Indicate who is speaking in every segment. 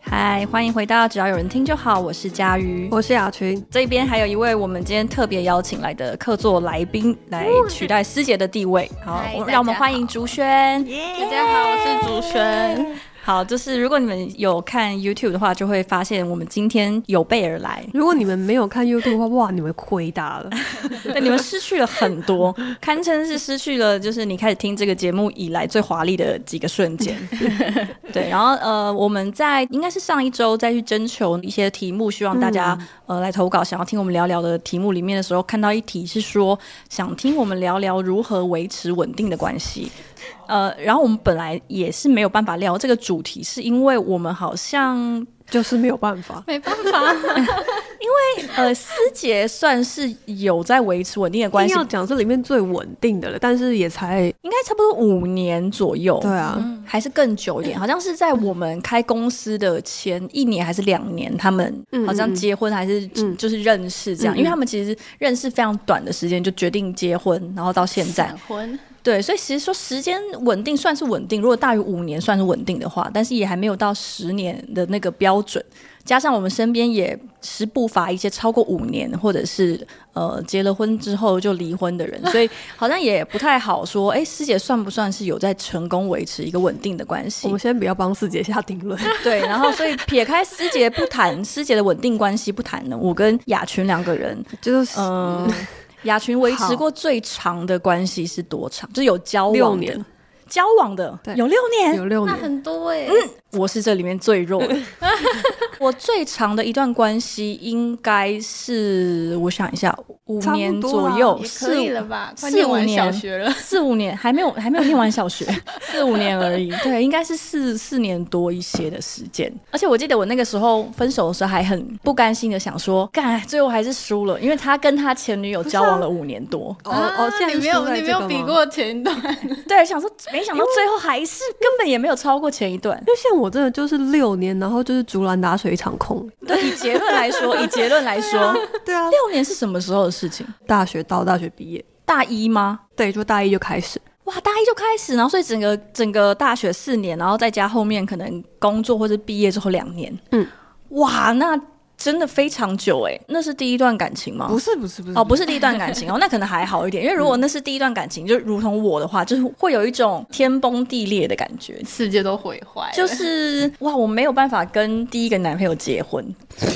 Speaker 1: 嗨，欢迎回到只要有人听就好，我是佳瑜。
Speaker 2: 我是雅群，
Speaker 1: 这边还有一位我们今天特别邀请来的客座来宾，来取代师姐的地位。好
Speaker 3: 嗨，
Speaker 1: 我
Speaker 3: 大家
Speaker 1: 让我们欢迎
Speaker 3: 好
Speaker 1: 竹轩。
Speaker 3: 大家好，我是竹轩。
Speaker 1: 好，就是如果你们有看 YouTube 的话，就会发现我们今天有备而来，
Speaker 2: 如果你们没有看 YouTube 的话， 哇，你们亏大了。
Speaker 1: 对，你们失去了很多，堪称是失去了，就是你开始听这个节目以来最华丽的几个瞬间。对，然后呃，我们在应该是上一周再去征求一些题目，希望大家、呃来投稿，想要听我们聊聊的题目里面的时候，看到一题是说想听我们聊聊如何维持稳定的关系。呃，然后我们本来也是没有办法聊这个主题，是因为我们好像
Speaker 2: 就是没有办法，
Speaker 3: 没办法，
Speaker 1: 呃，师姐算是有在维持稳定的关
Speaker 2: 关
Speaker 1: 系
Speaker 2: 要，讲是里面最稳定的了，但是也才
Speaker 1: 应该差不多五年左右。
Speaker 2: 对啊，
Speaker 3: 嗯
Speaker 1: 还是更久一点，好像是在我们开公司的前一年还是两年，他们
Speaker 2: 嗯
Speaker 1: 好像结婚还是
Speaker 2: 嗯
Speaker 1: 就是认识这样，
Speaker 2: 嗯嗯
Speaker 1: 因为他们其实认识非常短的时间就决定结婚，然后到现在，
Speaker 3: 闪婚，
Speaker 1: 对，所以其实说时间稳定算是稳定，如果大于五年算是稳定的话，但是也还没有到十年的那个标准，加上我们身边也时不乏一些超过五年或者是呃结了婚之后就离婚的 人，所以好像也不太好说，哎、师姐算不算是有在成功维持一个稳定的关系
Speaker 2: 我们？先不要帮四姐下定论。
Speaker 1: 对，然后所以撇开师姐不谈，师姐的稳定关系不谈呢，我跟雅群两个 人，
Speaker 2: 就是
Speaker 1: 嗯、雅群维持过最长的关系是多长？就是有交往的
Speaker 2: 六年，
Speaker 1: 交往的
Speaker 2: 对
Speaker 1: 有六年，
Speaker 2: 有六
Speaker 3: 那
Speaker 2: 年，
Speaker 3: 很多哎、
Speaker 1: 我是这里面最弱 的。我最长的一段关系应该是，我想一下，五
Speaker 2: 差不多
Speaker 1: 年
Speaker 2: 啦
Speaker 1: 左右，
Speaker 3: 也可
Speaker 1: 四
Speaker 3: 以了吧？快
Speaker 1: 四
Speaker 3: 念
Speaker 1: 五
Speaker 3: 完小
Speaker 1: 年
Speaker 3: 学了，
Speaker 1: 四五年还没有还没有念完 小学，四五年而已。对，应该是四四年多一些的时间。而且我记得我那个时候分手的时候还很不甘心的想说，干，最后还是输了，因为他跟他前女友交往了五年多。
Speaker 2: 哦
Speaker 3: 啊
Speaker 2: 哦，现在是
Speaker 3: 你没有
Speaker 2: 输在
Speaker 3: 你没
Speaker 2: 这个
Speaker 3: 有比
Speaker 2: 吗。
Speaker 3: 过前一段，
Speaker 1: 对，想说没想到最后还是根本也没有超过前一段。
Speaker 2: 因为像我真的就是六年，然后就是竹篮打水一场空。
Speaker 1: 对，以结论来说，以结论来说，
Speaker 2: 对啊，
Speaker 1: 六年是什么时候的事情？
Speaker 2: 大学到大学毕业，
Speaker 1: 大一吗？
Speaker 2: 对，就大一就开始。
Speaker 1: 哇，大一就开始，然后所以整个整个大学四年，然后再加后面可能工作或者毕业之后两年，
Speaker 2: 嗯，
Speaker 1: 哇，那真的非常久哎、那是第一段感情吗？
Speaker 2: 是嗯不是不
Speaker 1: 哦，不是第一段感情哦，那可能还好一点，因为如果那是第一段感情，就如同我的话，就是会有一种天崩地裂的感 觉，
Speaker 3: 世界都毁坏了，
Speaker 1: 就是哇，我没有办法跟第一个男朋友结婚，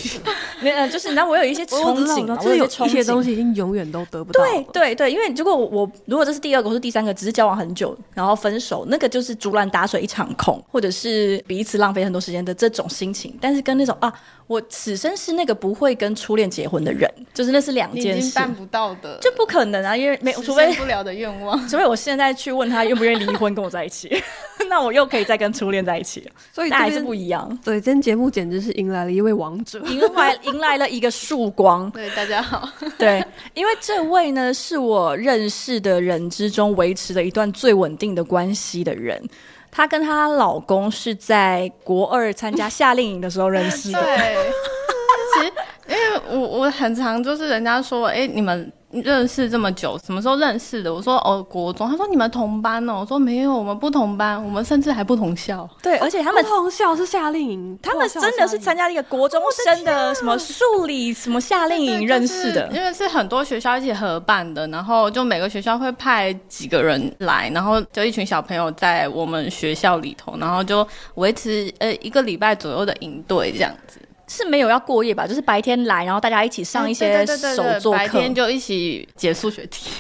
Speaker 1: 没有，就是你知道我有一些
Speaker 2: 我
Speaker 1: 憧
Speaker 2: 知
Speaker 1: 憬
Speaker 2: 道我知道
Speaker 1: 嘛，
Speaker 2: 啊就是有
Speaker 1: 我憧
Speaker 2: 一些
Speaker 1: 憬
Speaker 2: 东西已经永远都得不到了。
Speaker 1: 对对对，因为如果我如果这是第二个或是第三个，只是交往很久然后分手，那个就是竹篮打水一场空，或者是彼此浪费很多时间的这种心情。但是跟那种啊，我此生是那个不会跟初恋结婚的人，就是那是两
Speaker 3: 你
Speaker 1: 件
Speaker 3: 已经
Speaker 1: 事，
Speaker 3: 办不到的，
Speaker 1: 就不可能啊，因为没有，
Speaker 3: 实
Speaker 1: 除非。
Speaker 3: 现不了的愿望
Speaker 1: 除非我现在去问他愿不愿意 离婚跟我在一起，那我又可以再跟初恋在一起了，
Speaker 2: 所以
Speaker 1: 那还
Speaker 2: 这
Speaker 1: 是
Speaker 2: 边
Speaker 1: 不一样。
Speaker 2: 对，今天节目简直是迎来了一位王者。
Speaker 1: 迎来迎来了一个曙光，
Speaker 3: 对，大家好，
Speaker 1: 对，因为这位呢是我认识的人之中维持了一段最稳定的关系的人。她跟她老公是在国二参加夏令营的时候认识的。
Speaker 3: 对，其实因为我我很常就是人家说，哎、你们认识这么久，什么时候认识的？我说哦，国中。他说你们同班哦，我说没有，我们不同班，我们甚至还不同校。
Speaker 1: 对，而且他们
Speaker 2: 不同校是夏令营，
Speaker 1: 他们真的是参加了一个国中生的什么数理什么夏令
Speaker 3: 啊对
Speaker 1: 营认识的
Speaker 3: 就是。因为是很多学校一起合办的，然后就每个学校会派几个人来，然后就一群小朋友在我们学校里头，然后就维持呃一个礼拜左右的营队这样子，
Speaker 1: 是没有要过夜吧？就是白天来，然后大家一起上一些
Speaker 3: 嗯对对对对
Speaker 1: 手
Speaker 3: 对
Speaker 1: 作
Speaker 3: 白
Speaker 1: 课，
Speaker 3: 天就一起解数学题、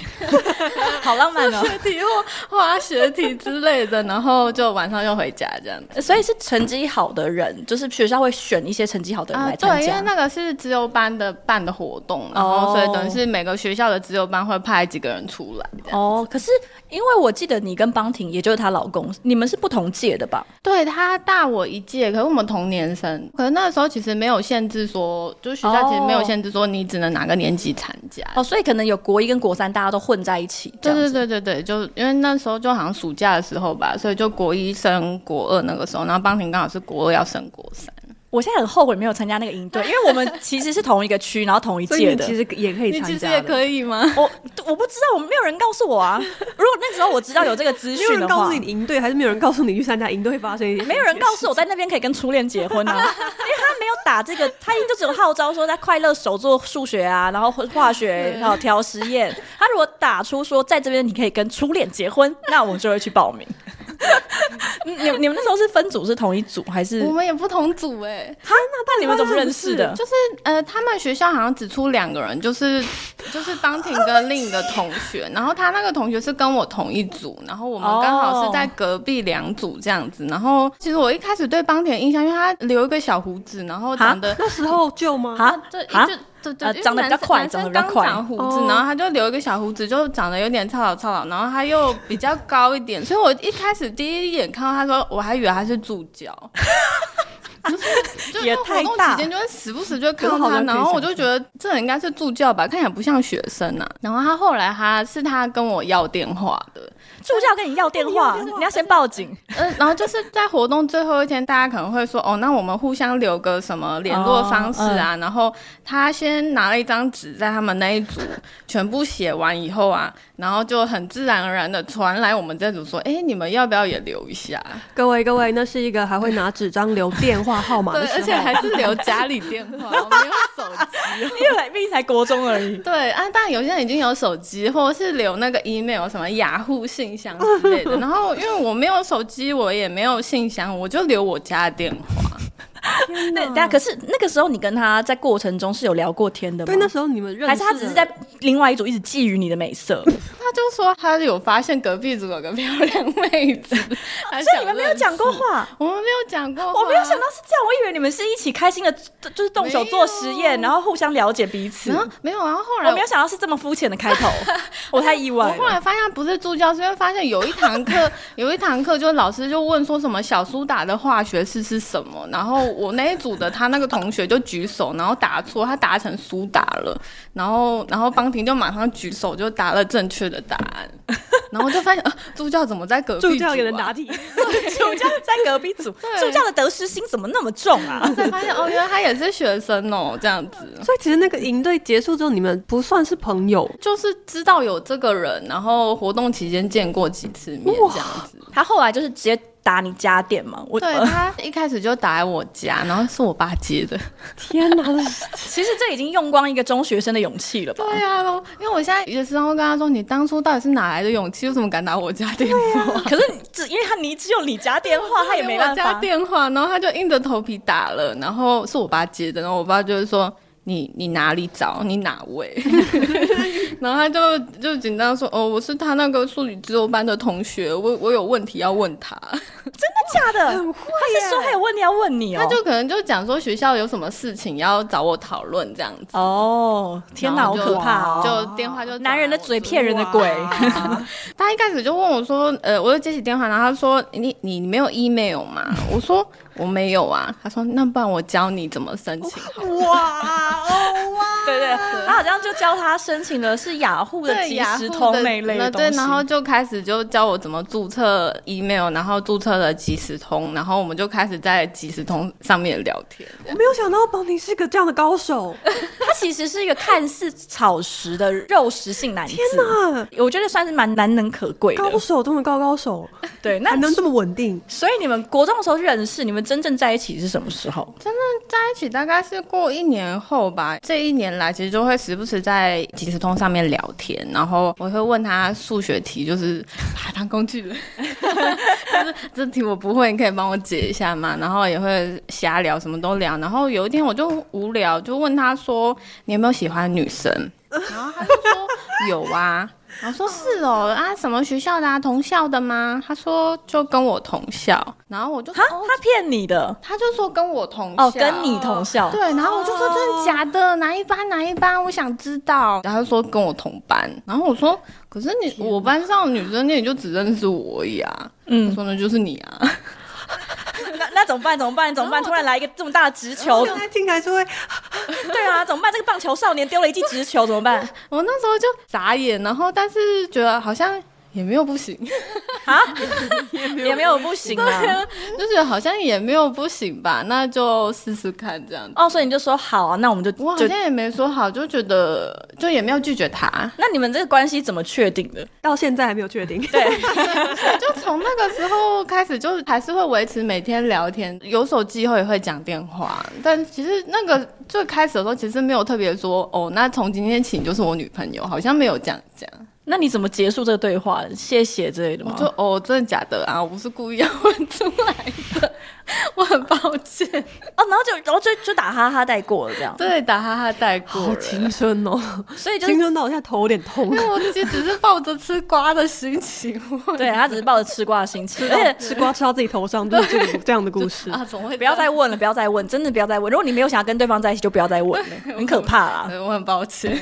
Speaker 1: 好浪 漫哦。
Speaker 3: 题或化学题之类的，然后就晚上又回家这样 子。
Speaker 1: 所以是成绩好的人，就是学校会选一些成绩好的人
Speaker 3: 啊、
Speaker 1: 来参
Speaker 3: 对，因
Speaker 1: 加。
Speaker 3: 为那个是自由班的办的活动，然后所以等于是每个学校的自由班会派几个人出来这样。
Speaker 1: 哦，可是因为我记得你跟邦婷，也就是她老公，你们是不同届的吧？
Speaker 3: 对他大我一届，可是我们同年生，可是那个时候其实没有限制说，就是学校其实没有限制说你只能哪个年级参加。
Speaker 2: 呃
Speaker 1: 哦，所以可能有国一跟国三，大家都混在一起这样
Speaker 3: 对对
Speaker 1: 子。
Speaker 3: 对对对，就因为那时候就好像暑假的时候吧，所以就国一升国二那个时候，然后邦婷刚好是国二要升国三，
Speaker 1: 我现在很后悔没有参加那个营队，因为我们其实是同一个区，然后同一
Speaker 2: 所以
Speaker 1: 届
Speaker 2: 你
Speaker 1: 的
Speaker 2: 其。实也可以
Speaker 3: 你
Speaker 2: 参
Speaker 3: 其实
Speaker 2: 加
Speaker 3: 也
Speaker 2: 的。
Speaker 3: 可以吗？
Speaker 1: 我我不知道，我没有人告诉我啊。如果那时候我知道有这个资
Speaker 2: 没有
Speaker 1: 讯
Speaker 2: 人
Speaker 1: 的
Speaker 2: 告
Speaker 1: 话
Speaker 2: 诉，你营队，还是没有人告诉你去参加营队会发生一些？
Speaker 1: 没有人告诉我在那边可以跟初恋结婚 啊，因为他没有打这个，他一定就只有号召说在快乐手做数学啊，然后化学，然后调实验。他如果打出说在这边你可以跟初恋结 婚，那我就会去报名。 你你们那时候是分组是同一组还是
Speaker 3: 我？们也不同组哎、
Speaker 1: 那你们怎么认识的？
Speaker 3: 就是呃，他们学校好像只出两个人，就是就是邦婷跟另一个同学，然后他那个同学是跟我同一组，然后我们
Speaker 1: 哦
Speaker 3: 刚好是在隔壁两组这样子。然后其实我一开始对邦婷的印象，因为他留一个小胡子，然后长得
Speaker 2: 那时候就吗？
Speaker 1: 啊
Speaker 3: 这
Speaker 1: 啊！
Speaker 3: 就对对，
Speaker 1: 啊
Speaker 3: 因为
Speaker 1: 长得比较
Speaker 3: 男生
Speaker 1: 快
Speaker 3: 男
Speaker 1: 长得
Speaker 3: 生
Speaker 1: 比较
Speaker 3: 刚
Speaker 1: 快
Speaker 3: 长胡
Speaker 2: 哦
Speaker 3: 子，然后他就留一个小胡子，就长得有点操劳操劳，然后他又比较高一点，所以我一开始第一眼看到他说，我还以为他是助 教。就是就是
Speaker 1: 也
Speaker 3: 活
Speaker 1: 太
Speaker 3: 动
Speaker 1: 大
Speaker 3: 期间就会时不时就看
Speaker 2: 可
Speaker 3: 到
Speaker 2: 是好像可
Speaker 3: 他，
Speaker 2: 以
Speaker 3: 然后我就
Speaker 2: 想
Speaker 3: 觉得这人应该是助教吧，看起来不像学生啊。然后他后来他是他跟我要电话的，
Speaker 1: 助教跟你要电话，你要先报警。
Speaker 3: 呃，然后就是在活动最后一天，大家可能会说，哦，那我们互相留个什么联
Speaker 2: 哦
Speaker 3: 络方
Speaker 2: 嗯
Speaker 3: 式啊？然后他先拿了一张纸，在他们那一组 全部写完以后啊，然后就很自然而然的传来我们这组说，哎，你们要不要也留一下？
Speaker 2: 各位各位，那是一个还会拿纸张留电话号码
Speaker 3: 对
Speaker 2: 的，时
Speaker 3: 而
Speaker 2: 候，
Speaker 3: 且还是留家里电话，我没有手机。
Speaker 1: 因为毕竟才国中而已。
Speaker 3: 对啊，当然有些人已经有手机，或者是留那个 email 什么雅虎信箱之 类的。然后因为我没有手机，我也没有信箱，我就留我家的电话。
Speaker 1: 那但可是那个时候你跟他在过程中是有聊过天的吗？
Speaker 2: 对，那时候你们认识，
Speaker 1: 还是他只是在另外一组一直觊觎你的美色，所
Speaker 3: 他就说他有发现隔壁组有个漂亮妹 子，所
Speaker 1: 以你们没有讲过，话。
Speaker 3: 我们没有讲过话，啊
Speaker 1: 我没有想到是这样，我以为你们是一起开心的，就是动手做实验，然后互相了解彼此。
Speaker 3: 然后没有，然后后来
Speaker 1: 我没有想到是这么肤浅的开 头，我太意
Speaker 3: 我
Speaker 1: 外
Speaker 3: 后
Speaker 1: 了。
Speaker 3: 来发现不是助教，是因为发现有一堂 课，有一堂课就是老师就问说什么小苏打的化学式是什么，然后我那一组的他那个同学就举手，然后答错，他答成苏打了，然后然后邦婷就马上举手就答了正确的答 案，然后就发现、呃、助教怎么在隔壁、啊？
Speaker 2: 助教也 能答题，
Speaker 1: 助教在隔壁组，
Speaker 3: 对
Speaker 1: 助教的得失心怎么那么重啊？
Speaker 3: 才发现哦，原来他也是学生哦，这样子。
Speaker 2: 所以其实那个营队结束之后，你们不算是朋友，
Speaker 3: 就是知道有这个人，然后活动期间见过几次面这样子。
Speaker 1: 他后来就是直接打你家电嘛，我呃
Speaker 3: 对他一开始就打来我家，然后是我爸接的。
Speaker 2: 天哪！
Speaker 1: 其实这已经用光一个中学生的勇气 了吧？
Speaker 3: 对啊，因为我现在有时候跟他说，你当初到底是哪来的勇气，为什么敢打我家电话？
Speaker 1: 可是你只因为他你只有你家电话，他也没办
Speaker 3: 我
Speaker 1: 法。
Speaker 3: 家电话，然后他就硬着头皮打了，然后是我爸接的，然后我爸就是说。你你哪里找？你哪位？ 然后他就就紧张说：“哦，我是他那个数理自由班的同学，我我有问题要问他。”
Speaker 1: 真的假的？他是说啊他有问题要问你哦。
Speaker 3: 他就可能就讲说学校有什么事情要找我讨论这样子。
Speaker 1: 哦，天哪，
Speaker 3: 然
Speaker 1: 好
Speaker 3: 后就
Speaker 1: 可怕哦！
Speaker 3: 就电话就
Speaker 1: 男人的嘴骗人的
Speaker 3: 鬼。
Speaker 1: 鬼，
Speaker 3: 他一开始就问我说：“呃，我就接起电话，然后他说你你没有 email 吗？” 我说：“我没有啊。”他说：“那不然我教你怎么申 请。
Speaker 2: 哇哦哇！
Speaker 1: 对对，他好像就教他申请的是雅虎的
Speaker 3: 对
Speaker 1: 即
Speaker 3: 雅
Speaker 1: 时
Speaker 3: 虎
Speaker 1: 通
Speaker 3: 的
Speaker 1: 那一类
Speaker 3: 那
Speaker 1: 的东
Speaker 3: 对，
Speaker 1: 西。
Speaker 3: 然后就开始就教我怎么注册 email，然后注册了即时通，然后我们就开始在即时通上面聊天。
Speaker 2: 我没有想到邦尼是个这样的 高手，
Speaker 1: 他其实是一个看似草食的肉食性男子，
Speaker 2: 天哪！
Speaker 1: 我觉得算是蛮难能可贵的。
Speaker 2: 高手中的高高手，
Speaker 1: 对，那
Speaker 2: 还能这么稳定？
Speaker 1: 所以你们国中的时候认识，你们真正在一起是什么时候？
Speaker 3: 真正在一起大概是过一年后吧。这一年来，其实就会时不时在即时通上面聊天，然后我会问他数学题，就是把他当工具 人，就是这题我不会，你可以帮我解一下吗？然后也会瞎聊，什么都聊。然后有一天我就无聊，就问他说：“你有没有喜欢女生？”然后他就说：“有啊。”我说是哦，啊，什么学校的啊，同校的吗？他说就跟我同校，然后我就
Speaker 1: 哈，
Speaker 3: 说哦
Speaker 1: 他骗你的
Speaker 3: 他就说跟我同校，
Speaker 1: 哦，跟你同校。
Speaker 3: 对，然后我就说真的假的，哪一班哪一班，我想知道。然后他说跟我同班，然后我说可是你我班上的女生你也就只认识我而已啊。他
Speaker 1: 嗯，
Speaker 3: 说那就是你啊，
Speaker 1: 那那怎么办？怎么办？怎么办？突然来一个这么大的直 球，
Speaker 3: 啊
Speaker 2: 现在听起来是会
Speaker 1: 对啊，怎么办？这个 棒球少年丢了一记直球，怎么办？
Speaker 3: 我那时候就傻眼，然后但是觉得好像也没有不行，
Speaker 1: 也没有不行啊。
Speaker 3: 就是好像也没有不行吧，那就试试看这样子。
Speaker 1: 哦，所以你就说好啊，那我们就
Speaker 3: 我好
Speaker 1: 就。
Speaker 3: 像也没说好，就觉得就也没有拒绝他，
Speaker 1: 那你们这个关系怎么确定的？
Speaker 2: 到现在还没有确定。
Speaker 1: 对，
Speaker 3: 就从那个时候开始，就还是会维持每天聊天，有手机以后也会讲电话。但其实那个最开始的时候，其实没有特别说哦，那从今天起你就是我女朋友，好像没有这样讲。
Speaker 1: 那你怎么结束这个对话？谢谢之类的
Speaker 3: 我
Speaker 1: 吗？
Speaker 3: 就哦，真的假的啊？我不是故意要问出来的， 我很抱歉。
Speaker 1: 哦，然后就然后就就打哈哈带过了这样。
Speaker 3: 对，打哈哈带过
Speaker 2: 好
Speaker 3: 了。
Speaker 2: 青春哦，
Speaker 1: 所以就是
Speaker 2: 青春到我现在头有点痛啊
Speaker 3: 因。为我自己只是抱着吃瓜的心情，我
Speaker 1: 对他只是抱着吃瓜的心情，而且
Speaker 2: 吃瓜吃到自己头上，就是这个这样的故 事。
Speaker 3: 啊，总会
Speaker 1: 不要
Speaker 3: 这
Speaker 1: 再
Speaker 3: 样
Speaker 1: 问了，不要再问，真的不要再问。如果你没有想要跟对方在一起，就不要再问了， 很可怕啊啦。
Speaker 3: 对我很抱歉。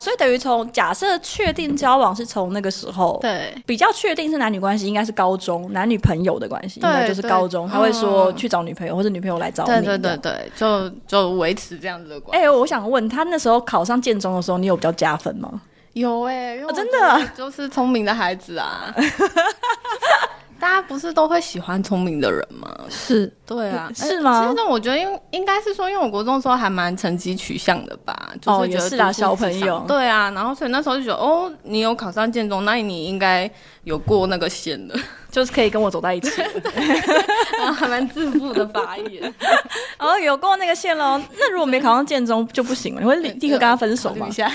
Speaker 1: 所以等于从假设确定交往是从那个时候，
Speaker 3: 对，
Speaker 1: 比较确定是男女关系，应该是高中男女朋友的关系，应
Speaker 3: 对
Speaker 1: 该就是高中，
Speaker 3: 对
Speaker 1: 他会说
Speaker 3: 嗯
Speaker 1: 去找女朋友或者女朋友来找你。
Speaker 3: 对对对。对，就就维持这样子的关系。
Speaker 1: 哎、我想问他那时候考上建中的时候，你有比较加分吗？
Speaker 3: 有哎、因为我
Speaker 1: 真的啊
Speaker 3: 觉得就是聪明的孩 子啊。大家不是都会喜欢聪明的人吗？
Speaker 2: 是
Speaker 3: 对啊，
Speaker 1: 嗯是吗
Speaker 3: 哎其实我觉得应应该是说，因为我国中的时候还蛮成绩取向的吧，就
Speaker 1: 哦
Speaker 3: 觉得
Speaker 1: 也是啦
Speaker 3: 读书
Speaker 1: 小朋
Speaker 3: 至上
Speaker 1: 友
Speaker 3: 对啊，然后所以那时候就觉得，哦，你有考上建中，那你应该有过那个线 的，
Speaker 1: 就是可以跟我走在一起。
Speaker 3: 然后还蛮自负的发言，
Speaker 1: 哦，有过那个线喽。那如果没考上建中就不行了，你会立立刻跟他分手
Speaker 3: 考虑
Speaker 1: 吗
Speaker 3: 一？下，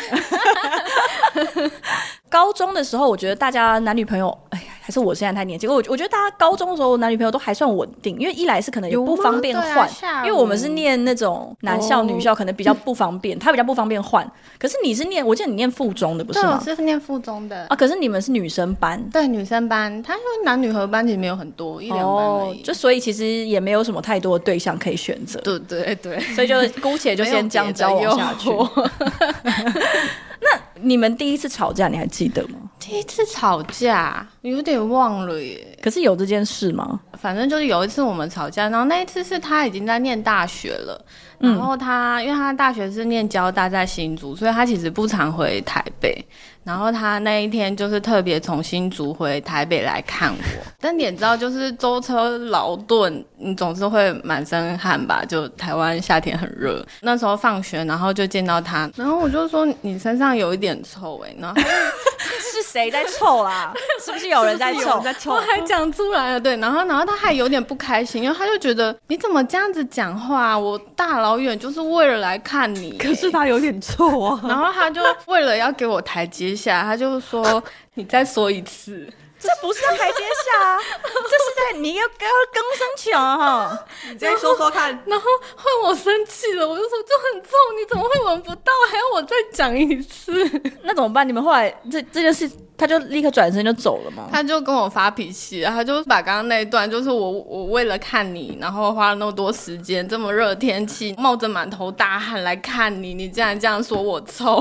Speaker 1: 高中的时候，我觉得大家男女朋友，哎呀，还是我现在太年轻。我我觉得大家高中的时候男女朋友都还算稳定，因为一来是可哎能也
Speaker 2: 有
Speaker 1: 不
Speaker 2: 吗
Speaker 1: 方便
Speaker 3: 对啊
Speaker 1: 换，
Speaker 3: 下
Speaker 1: 因为我们
Speaker 3: 午
Speaker 1: 是念那种男校、
Speaker 2: 哦
Speaker 1: 女校，可能比较不方
Speaker 3: 哦
Speaker 1: 便，他比较不方便换。可是你是念，我记得你念附中的不是
Speaker 3: 对，我
Speaker 1: 吗？
Speaker 3: 是念附中的。
Speaker 1: 啊，可是你们是女生班。
Speaker 3: 对女生班，他因为男女合班其实没有很多，一两班而
Speaker 1: 哦
Speaker 3: 已。，
Speaker 1: 就所以其实也没有什么太多的对象可以选择，
Speaker 3: 对对对，
Speaker 1: 所以就姑且就先这样交往下去
Speaker 3: 没有别的诱。惑
Speaker 1: 你们第一次吵架你还记得吗？
Speaker 3: 第一次吵架有点忘了耶，
Speaker 1: 可是有这件事吗？
Speaker 3: 反正就是有一次我们吵架，然后那一次是他已经在念大学了，然后他、因为他大学是念交大在新竹，所以他其实不常回台北。然后他那一天就是特别从新竹回台北来看我，但你也知道，就是舟车劳顿，你总是会满身汗吧？就台湾夏天很热，那时候放学，然后就见到他，然后我就说你身上有一点臭哎、然后
Speaker 1: 是谁在臭啦？ 是不是有人在
Speaker 2: 是不是有
Speaker 1: 臭
Speaker 2: 人？在臭
Speaker 3: 我还讲出来了，对，然后然后他还有点不开心，因为他就觉得你怎么这样子讲话、我大老远就是为了来看你、
Speaker 2: 可是，他有点臭啊。
Speaker 3: 然后他就为了要给我台阶下，他就说你再说一次，
Speaker 1: 这不是在台阶下啊，这是在你要跟跟生抢啊！哈
Speaker 2: 你再说说看，
Speaker 3: 然后换我生气了，我就说就很臭，你怎么会闻不到？还要我再讲一次？
Speaker 1: 那怎么办？你们后来这这件事，他就立刻转身就走了吗？
Speaker 3: 他就跟我发脾气，然后他就把刚刚那一段，就是我我为了看你，然后花了那么多时间，这么热的天气，冒着满头大汗来看你，你竟然这样说我臭，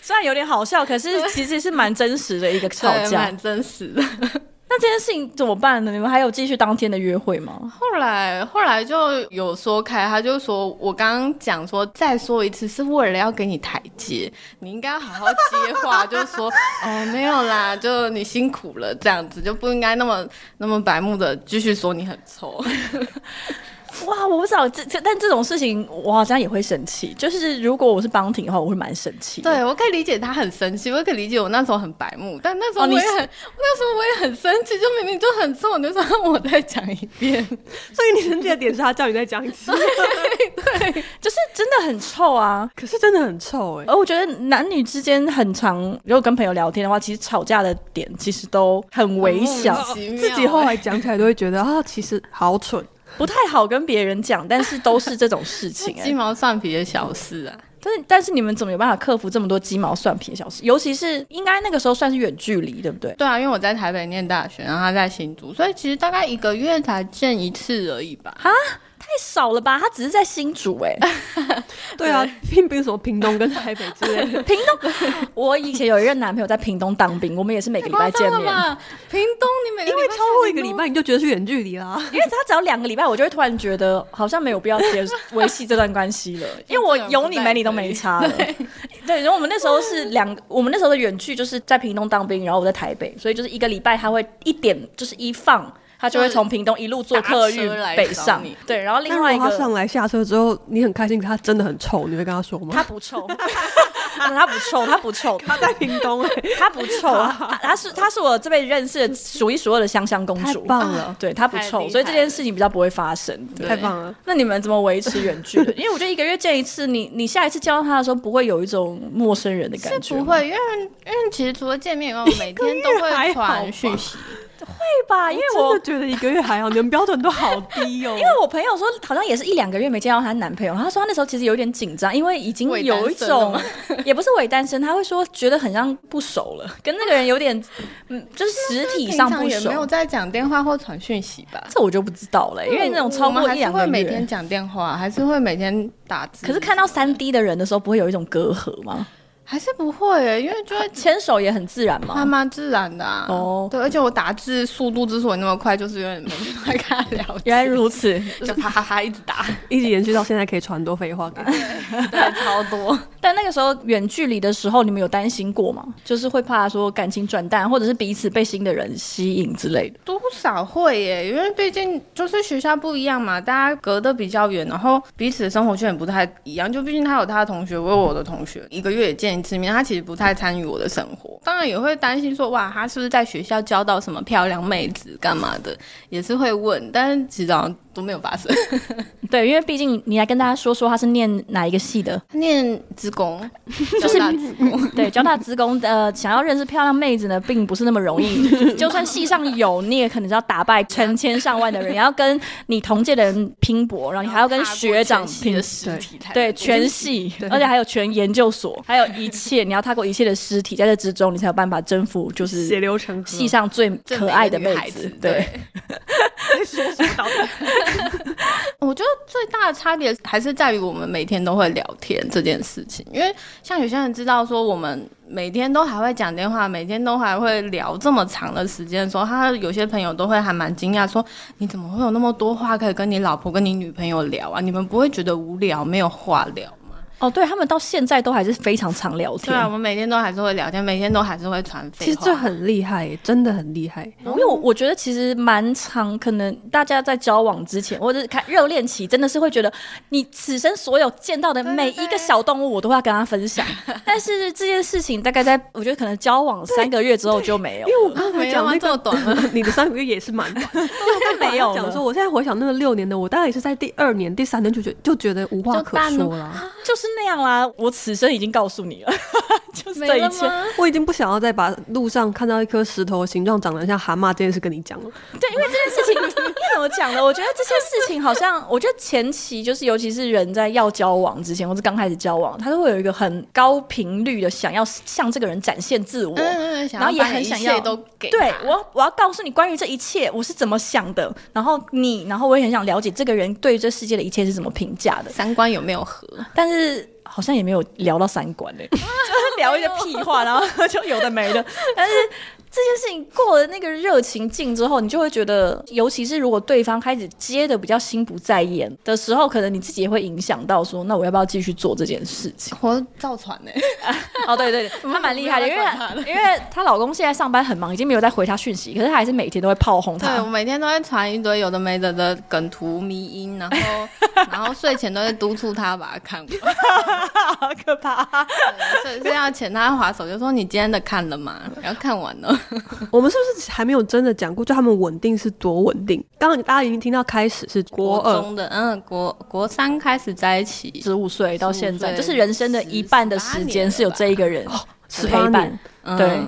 Speaker 1: 虽然有点好笑，可是其实是蛮真实的一个吵
Speaker 3: 对
Speaker 1: 架
Speaker 3: 蛮。真实的。
Speaker 1: 那这件事情怎么办呢？你们还有继续当天的约会吗？
Speaker 3: 后来后来就有说开，他就说我刚刚讲说再说一次，是为了要给你台阶，你应该要好好接话，就说哦没有啦，就你辛苦了这样子，就不应该那么那么白目的继续说你很 臭。
Speaker 1: 哇，我不知道这这，但这种事情我好像也会生气。就是如果我是帮挺的话，我会蛮生气的。
Speaker 3: 对，我可以理解他很生气，我也可以理解我那时候很白目，但那时候
Speaker 1: 哦你
Speaker 3: 我也
Speaker 1: 是
Speaker 3: 很， 那时候我也很生气，就明明就很臭，你就说我再讲一遍，
Speaker 2: 所以你生气的点是他叫你再讲一次，
Speaker 1: 就是真的很臭啊！
Speaker 2: 可是真的很臭 哎。
Speaker 1: 而我觉得男女之间很常，如果跟朋友聊天的话，其实吵架的点其实都很微小，
Speaker 3: 很奇妙
Speaker 2: 自己后来讲起来都会觉得啊，其实好蠢。
Speaker 1: 不太好跟别人讲，但是都是这种事 情、
Speaker 3: 鸡
Speaker 1: 欸。
Speaker 3: 毛蒜皮的小事啊。
Speaker 1: 但是但是你们怎么有办法克服这么多鸡毛蒜皮的小事？尤其是应该那个时候算是远距离，对不对？
Speaker 3: 对啊，因为我在台北念大学，然后他在新竹，所以其实大概一个月才见一次而已吧。
Speaker 1: 太少了吧？他只是在新竹 哎、
Speaker 2: 对啊，并不是什么屏东跟台北之类 的。
Speaker 1: 屏东。我以前有一任男朋友在屏东当兵，我们也是每个礼拜见
Speaker 3: 太夸张
Speaker 1: 面
Speaker 3: 了，吧？屏东你每个
Speaker 2: 因为
Speaker 3: 礼拜
Speaker 2: 超过一个礼拜你就觉得是远距离啦。
Speaker 1: 因为他只要两个礼拜，我就会突然觉 得好像没有必要接维系这段关系了，因为我有你没你都没差了。对，然后我们那时候是两，我们那时候的远距就是在屏东当兵，然后我在台北，所以就是一个礼拜他会一点就是一放，他就会从屏东一路坐客运
Speaker 3: 搭车来
Speaker 1: 北
Speaker 3: 找
Speaker 1: 上
Speaker 3: 你。
Speaker 1: 对，然后
Speaker 2: 那
Speaker 1: 另
Speaker 2: 如
Speaker 1: 外一
Speaker 2: 果他
Speaker 1: 个
Speaker 2: 上来下车之后，你很开心，他真的很臭，你会跟他说
Speaker 1: 他
Speaker 2: 吗？
Speaker 1: 不臭， 他不臭，他不臭，
Speaker 2: 他在屏东哎、
Speaker 1: 他不臭，他他是他是我这辈子认识的数一数二的香香公
Speaker 2: 太
Speaker 1: 主，啊
Speaker 2: 棒了，
Speaker 1: 对他不
Speaker 3: 太
Speaker 1: 臭，
Speaker 3: 厉
Speaker 1: 所以这
Speaker 3: 害
Speaker 1: 件
Speaker 3: 了
Speaker 1: 事情比较不会发生。对
Speaker 3: 对
Speaker 2: 太棒了。
Speaker 1: 那你们怎么维持远距的？ 因为我觉得一个月见一次，你你下一次见到他的时候，不会有一种陌生人的感
Speaker 3: 是
Speaker 1: 觉，
Speaker 3: 不，会，因为因为其实除了见面以外，我每天都会传讯息。
Speaker 1: 对吧？因为
Speaker 2: 真
Speaker 1: 我
Speaker 2: 的觉得一个月还好，你们标准都好低哦。
Speaker 1: 因为我朋友说，好像也是一两个月没见到她男朋友，她说她那时候其实有点紧张，因为已经
Speaker 3: 伪单
Speaker 1: 有一
Speaker 3: 身了
Speaker 1: 种
Speaker 3: 吗
Speaker 1: 也不是伪单身，她会说觉得很像不熟了，跟那个人有点嗯，就是实体
Speaker 3: 平
Speaker 1: 上
Speaker 3: 常
Speaker 1: 不
Speaker 3: 也没有
Speaker 1: 熟。
Speaker 3: 在讲电话或传讯息吧？
Speaker 1: 这我就不知道了、因为那种超
Speaker 3: 我
Speaker 1: 过
Speaker 3: 们
Speaker 1: 一
Speaker 3: 还是
Speaker 1: 两个
Speaker 3: 会
Speaker 1: 月，
Speaker 3: 每天讲电话，还是会每天打字。
Speaker 1: 可是看到三 D 的人的时候，不会有一种隔阂吗？
Speaker 3: 还是不会耶，因为就会
Speaker 1: 牵手也很自然吗？
Speaker 3: 还蛮自然的啊。
Speaker 1: 哦
Speaker 3: 对，而且我打字速度之所以那么快，就是因为每天都在跟他聊天，
Speaker 1: 原来如 此，
Speaker 3: 就啪啪啪一直打，
Speaker 2: 一直延续到现在，可以传很多废 话给你。
Speaker 3: 对，超多。
Speaker 1: 但那个时候远距离的时候，你们有担心过吗？就是会怕说感情转淡，或者是彼此被新的人吸引之类的。
Speaker 3: 多少会耶，因为毕竟就是学校不一样嘛，大家隔得比较远，然后彼此的生活圈也不太一样。就毕竟他有他的同学，我有我的同学，一个月也见一次面，他其实不太参与我的生活。当然也会担心说，哇，他是不是在学校交到什么漂亮妹子干嘛的，也是会问，但是其实好像都没有发生。
Speaker 1: 对，因为毕竟你来跟大家说说他是念哪一个系 的。
Speaker 3: 他念职工， 就是职工，
Speaker 1: 对，交大职工的、呃、想要认识漂亮妹子呢，并不是那么容易。 就算系上有，你也可能是要打败成千上万的 人，你要跟你同届的人拼搏，然后你还要跟学长拼
Speaker 3: 的实体才
Speaker 1: 对，全系，而且还有全研究所，还有一切，你要踏过一切的尸体，在这之中，你才有办法征服，就是
Speaker 2: 血流成河，
Speaker 1: 系上最
Speaker 3: 最
Speaker 1: 可爱的
Speaker 3: 美
Speaker 1: 妹
Speaker 3: 女孩子
Speaker 1: 子。对，
Speaker 2: 说什么到底？
Speaker 3: 我觉得最大的差别还是在于我们每天都会聊天这件事情，因为像有些人知道说我们每天都还会讲电话，每天都还会聊这么长的时间的时候，他有些朋友都会还蛮惊讶说你怎么会有那么多话可以跟你老婆跟你女朋友聊啊？你们不会觉得无聊没有话聊吗？
Speaker 1: 哦，对他们到现在都还是非常常聊
Speaker 3: 对
Speaker 1: 天。
Speaker 3: 啊，我们每天都还是会聊天，每天都还是会传废话。
Speaker 2: 其实这很厉害，真的很厉害。
Speaker 1: 因为我我觉得其实蛮常，可能大家在交往之前，或者是开热恋期，真的是会觉得你此生所有见到的
Speaker 3: 对
Speaker 1: 每一个小动物，我都要跟他分 享。但是这件事情大概在我觉得可能交往三个月之后就没有
Speaker 2: 因，哎为我刚才
Speaker 3: 没有
Speaker 2: 讲
Speaker 3: 吗
Speaker 2: 那啊
Speaker 3: 这么
Speaker 2: 个
Speaker 3: 短 吗？
Speaker 2: 你的三个月也是蛮短 的，
Speaker 1: 大概没有
Speaker 2: 讲
Speaker 1: 了
Speaker 2: 说，。我现在回想那个六年的，我大概也是在第二年、第三年就觉就觉得无话
Speaker 3: 就
Speaker 2: 可
Speaker 3: 淡
Speaker 2: 说了，
Speaker 1: 就是那样啦，我此生已经告诉你了， 就是
Speaker 3: 没
Speaker 1: 这一
Speaker 3: 了
Speaker 1: 切。
Speaker 3: 吗？
Speaker 2: 我已经不想要再把路上看到一颗石头形状长得像蛤蟆这件事跟你讲了。
Speaker 1: 对，因为这件事情你怎么讲呢？我觉得这些事情好像， 我觉得前期就是，尤其是人在要交往之前，或是刚开始交往，他都会有一个很高频率的想要向这个人展现自我。
Speaker 3: 嗯嗯，想
Speaker 1: 然后也
Speaker 3: 把
Speaker 1: 很
Speaker 3: 一
Speaker 1: 想
Speaker 3: 切
Speaker 1: 要
Speaker 3: 都给
Speaker 1: 对
Speaker 3: 他
Speaker 1: 我，我要告诉你关于这一切我是怎么想的，然后你，然后我也很想了解这个人对这世界的一切是怎么评价的，
Speaker 3: 三观有没有合？
Speaker 1: 但是好像也没有聊到三观 嘞、就是聊一些屁话，然后就有的没的。但是这件事情过了那个热情劲之后，你就会觉得，尤其是如果对方开始接的比较心不在焉的时候，可能你自己也会影响到说，那我要不要继续做这件事情？
Speaker 3: 我造船呢、
Speaker 1: 哦，对 对对，她蛮厉害的，因
Speaker 3: 没有办法
Speaker 1: 为因为她老公现在上班很忙，已经没有再回她讯息，可是她还是每天都会炮轰
Speaker 3: 对，
Speaker 1: 她
Speaker 3: 我。每天都会传一堆有的没的的梗图、迷音，然 后然后睡前都会督促他把它看 完。
Speaker 1: 好可怕！
Speaker 3: 对睡睡觉前他划手就说：“你今天的看了吗？要看完了。
Speaker 2: 我们是不是还没有真的讲过，就他们稳定是多稳定？刚刚大家已经听到开始是”国二，
Speaker 3: 中的，嗯，国国三开始在一 起，
Speaker 1: 十五岁到现在，
Speaker 3: 15岁
Speaker 1: 这是人生的一半的时间是有这一个人
Speaker 2: 十
Speaker 1: 陪
Speaker 2: 八
Speaker 1: 伴
Speaker 2: 年，，
Speaker 3: 嗯、
Speaker 1: 对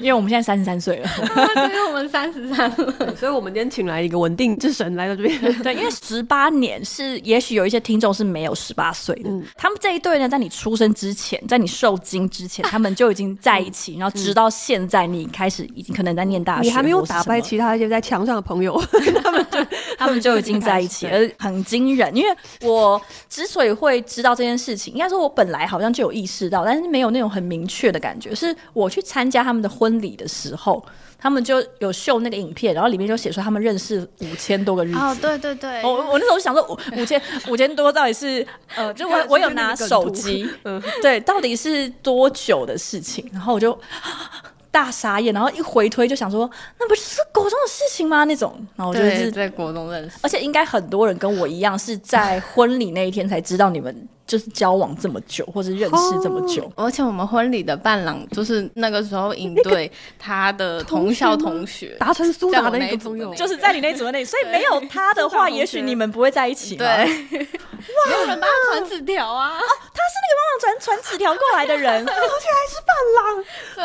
Speaker 1: 因为我们现在三十三岁了。
Speaker 3: 所以我们三十三了。
Speaker 2: 所以我们今天请来一个稳定之神来到这边。
Speaker 1: 对，因为十八年是，也许有一些听众是没有十八岁的。
Speaker 2: 嗯
Speaker 1: 他们这一对呢，在你出生之前，在你受精之
Speaker 2: 啊
Speaker 1: 前，他们就已经在一起，然后直到现在，你开始已经可能在念大学，
Speaker 2: 嗯你还没有打败
Speaker 1: 起，
Speaker 2: 其他一些在墙上的朋友，
Speaker 1: 他们就已经在一 起，而很惊人。因为我之所以会知道这件事情，应该说我本来好像就有意识到，但是没有那种很明确的感觉，是是我去参加他们的婚礼的时候，他们就有秀那个影片，然后里面就写说他们认识五千多个日子。
Speaker 3: 哦，对对对，
Speaker 1: 我我那时候想说五五千五千多到底是呃，就我我有拿手 机，
Speaker 3: 嗯
Speaker 1: 对，到底是多久的事情？然后我就 大傻眼，然后一回推就想说，那不就是国中的事情吗？那种，然后我就
Speaker 3: 对
Speaker 1: 是
Speaker 3: 在国中认识。
Speaker 1: 而且应该很多人跟我一样，是在婚礼那一天才知道你们就是交往这么久，或是认识这么久。
Speaker 3: 而且我们婚礼的伴郎就是 那个时候应对他的同校同学，
Speaker 2: 达成苏打的一
Speaker 3: 在我那一
Speaker 2: 个
Speaker 3: 组
Speaker 2: 朋
Speaker 3: 的
Speaker 2: 友
Speaker 3: 那，
Speaker 1: 就是在你那组的那里，所以没有他的话，
Speaker 3: 是大同学
Speaker 1: 也许你们不会在一起。
Speaker 3: 对，， 没有人帮他传纸条啊，
Speaker 1: 他是那个帮忙传传纸条过来的 人，哦
Speaker 3: 对，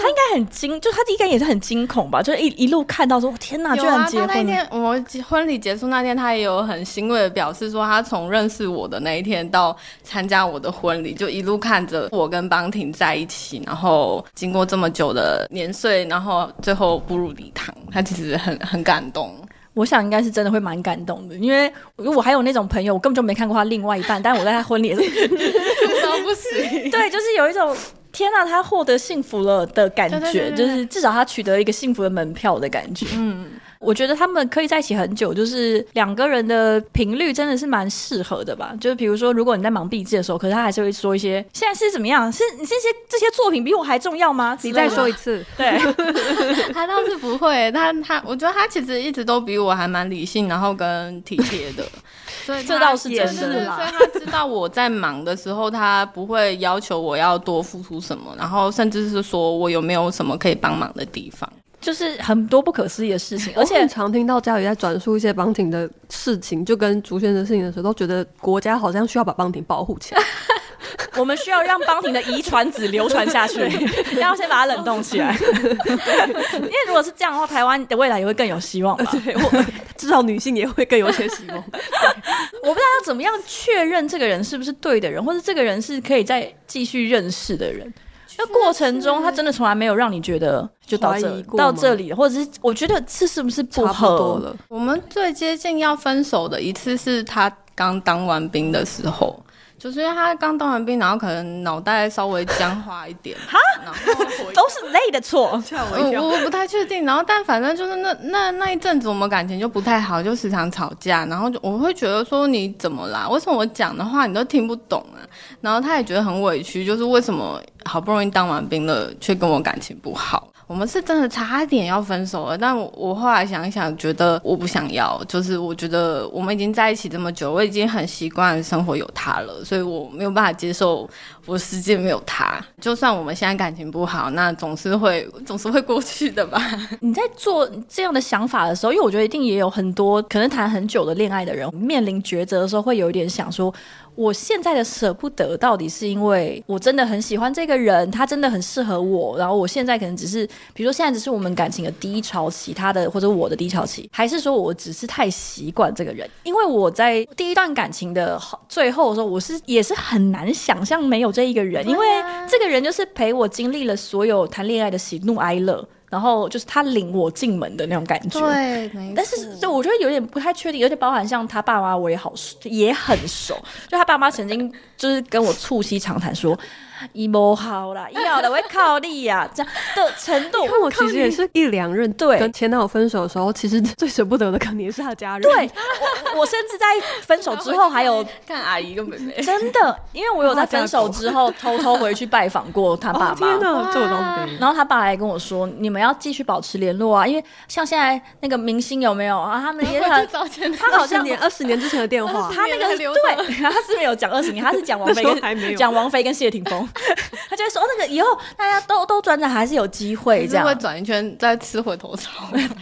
Speaker 1: 他应该很惊，就他应该也是很惊恐吧，就是一一路看到说，天哪，居
Speaker 3: 有
Speaker 1: 然
Speaker 3: 啊，
Speaker 1: 结
Speaker 3: 他那一
Speaker 1: 婚了。
Speaker 3: 天我们婚礼结束那天，他也有很欣慰的表示说，他从认识我的那一天到参加我的婚礼，就一路看着我跟邦婷在一起，然后经过这么久的年岁，然后最后步入礼堂，他其实很很感 动。
Speaker 1: 我想应该是真的会蛮感动的，因为因为我还有那种朋友，我根本就没看过他另外一半，但我在他婚礼也是，啊
Speaker 3: 都不行
Speaker 1: 对，就是有一种天哪，他获得幸福了的感觉，
Speaker 3: 对对对对对
Speaker 1: 就是至少他取得一个幸福的门票的感觉。
Speaker 3: 嗯，
Speaker 1: 我觉得他们可以在一起很久，就是两个人的频率真的是蛮适合的吧。就是比如说，如果你在忙笔记的时候，可是他还是会说一些“现在是怎么样？是你这些这些作品比我还重要吗？”
Speaker 2: 你再说
Speaker 1: 一
Speaker 2: 一次，
Speaker 1: 对，
Speaker 3: 他倒是不会，他他，我觉得他其实一直都比我还蛮理性，然后跟体贴的，所以他
Speaker 1: 这倒是
Speaker 2: 真的
Speaker 3: 对对对
Speaker 1: 啦
Speaker 3: 所以他知道我在忙的时候，他不会要求我要多付出什么，然后甚至是说我有没有什么可以帮忙的地方。
Speaker 1: 就是很多不可思议的事
Speaker 3: 哦
Speaker 1: 情，
Speaker 2: 我
Speaker 1: 而且
Speaker 2: 很常听到家里在转述一些邦婷的事情，就跟竹轩的事情的时候，都觉得国家好像需要把邦婷保护起来。
Speaker 1: 我们需要让邦婷的遗传子流传下去，要先把它冷冻起来。 因为如果是这样的话，台湾的未来也会更有希望吧。
Speaker 2: 对我，至少女性也会更有哦些希望。
Speaker 1: 我不知道要怎么样确认这个人是不是对的人，或者这个人是可以再继续认识的人。那过程中，他真的从来没有让你觉得就到这
Speaker 2: 怀疑过吗
Speaker 1: 到这里，或者是我觉得这是不是不
Speaker 2: 差不多
Speaker 1: 合？
Speaker 2: 了，
Speaker 3: 我们最接近要分手的一次是他刚当完兵的时候，就是因为他刚当完兵，然后可能脑袋稍微僵化一点，然后回
Speaker 1: 都是累的错。
Speaker 2: 吓
Speaker 3: 我嗯我我不太确定，然后但反正就是那那那一阵子我们感情就不太好，就时常吵架，然后就我会觉得说你怎么啦？为什么我讲的话你都听不懂啊？然后他也觉得很委屈，就是为什么好不容易当完兵了，却跟我感情不好？我们是真的差一点要分手了，但我我后来想一想，觉得我不想要，就是我觉得我们已经在一起这么久，我已经很习惯生活有他了，所以我没有办法接受我世界没有他。就算我们现在感情不好，那总是会总是会过去的吧。
Speaker 1: 你在做这样的想法的时候，因为我觉得一定也有很多可能谈很久的恋爱的人，面临抉择的时候，会有一点想说，我现在的舍不得到底是因为我真的很喜欢这个人，他真的很适合我，然后我现在可能只是，比如说现在只是我们感情的低潮期，他的或者我的低潮期，还是说我只是太习惯这个人？因为我在第一段感情的最后的时候，我是也是很难想象没有这一个人，因为这个人就是陪我经历了所有谈恋爱的喜怒哀乐。然后就是他领我进门的那种感觉，
Speaker 3: 对，没
Speaker 1: 但
Speaker 2: 嗯
Speaker 1: 是这我觉得有点不太确定，而且包含像他爸妈，我也好也很熟，就他爸妈曾经就是跟我促膝长谈说，一摸好啦，要的我会靠你呀、这样的程度
Speaker 2: 因。为我其实也是一两任
Speaker 1: 对
Speaker 2: 跟前男友分手的时候，其实最舍不得的肯定是他家人。
Speaker 1: 对，我，我甚至在分手之后还 有。
Speaker 3: 看阿姨跟妹妹。
Speaker 1: 真的，因为我有在分手之后偷偷回去拜访过他爸
Speaker 2: 哦，天
Speaker 1: 妈，
Speaker 2: 哪，这我倒没有。
Speaker 1: 然后他爸还跟我说，你们要继续保持联络啊，因为像现在那个明星有没有啊，他们 也
Speaker 3: 我
Speaker 1: 很
Speaker 3: 就找前男友
Speaker 1: 他好
Speaker 2: 二 十
Speaker 1: 像
Speaker 2: 年，二十年之前的电话，
Speaker 1: 他那个
Speaker 3: 还留着
Speaker 1: 对， 他是没有讲二十年，他是讲王 菲
Speaker 2: 那时候还没
Speaker 1: 跟
Speaker 2: 有
Speaker 1: 讲王菲跟谢霆锋， 他就会说哦那个以后大家都都转转还是有机会这
Speaker 3: 就是会
Speaker 1: 样。
Speaker 3: 转一圈再吃回头草，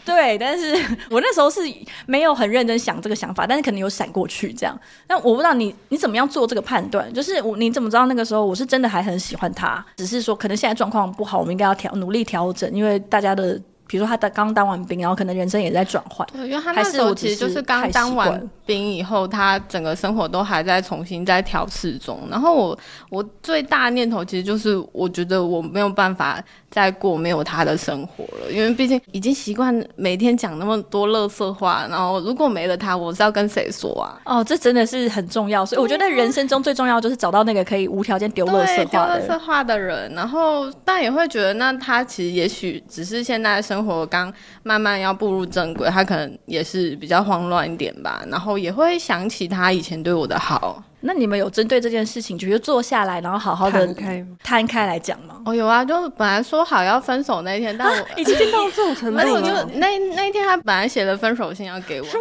Speaker 1: 对，但是我那时候是没有很认真想这个想法，但是可能有闪过去这样。但我不知道你你怎么样做这个判断，就是我你怎么知道那个时候我是真的还很喜欢他，只是说可能现在状况不好，我们应该要调努力调整，因为大家的。比如说他当刚当完兵，然后可能人生也在转换，
Speaker 3: 对，因为他
Speaker 1: 还
Speaker 3: 那
Speaker 1: 是
Speaker 3: 时候
Speaker 1: 我
Speaker 3: 其
Speaker 1: 只
Speaker 3: 实就是是刚
Speaker 1: 太习
Speaker 3: 当
Speaker 1: 惯
Speaker 3: 完兵以后，他整个生活都还在重新在调试中。然后我我最大的念头其实就是，我觉得我没有办法再过没有他的生活了，因为毕竟已经习惯每天讲那么多乐色话，然后如果没了他，我是要跟谁说啊？
Speaker 1: 哦，这真的是很重要，所以我觉得人生中最重要就是找到那个可以无条件丢垃
Speaker 3: 对，
Speaker 1: 圾
Speaker 3: 丢
Speaker 1: 话的
Speaker 3: 乐色
Speaker 1: 人。
Speaker 3: 话的人，然后但也会觉得，那他其实也许只是现在生活刚慢慢要步入正轨，他可能也是比较慌乱一点吧，然后也会想起他以前对我的好。
Speaker 1: 那你们有针对这件事情，就是坐下来，然后好好的
Speaker 2: 摊开吗
Speaker 1: 摊开来讲吗？
Speaker 3: 哦，有啊，就本来说好要分手那一天，但我。
Speaker 1: 已经
Speaker 2: 到这种程
Speaker 3: 而且
Speaker 2: 度
Speaker 3: 我就
Speaker 2: 了，
Speaker 3: 那那一天，他本来写了分手信要 给我，他觉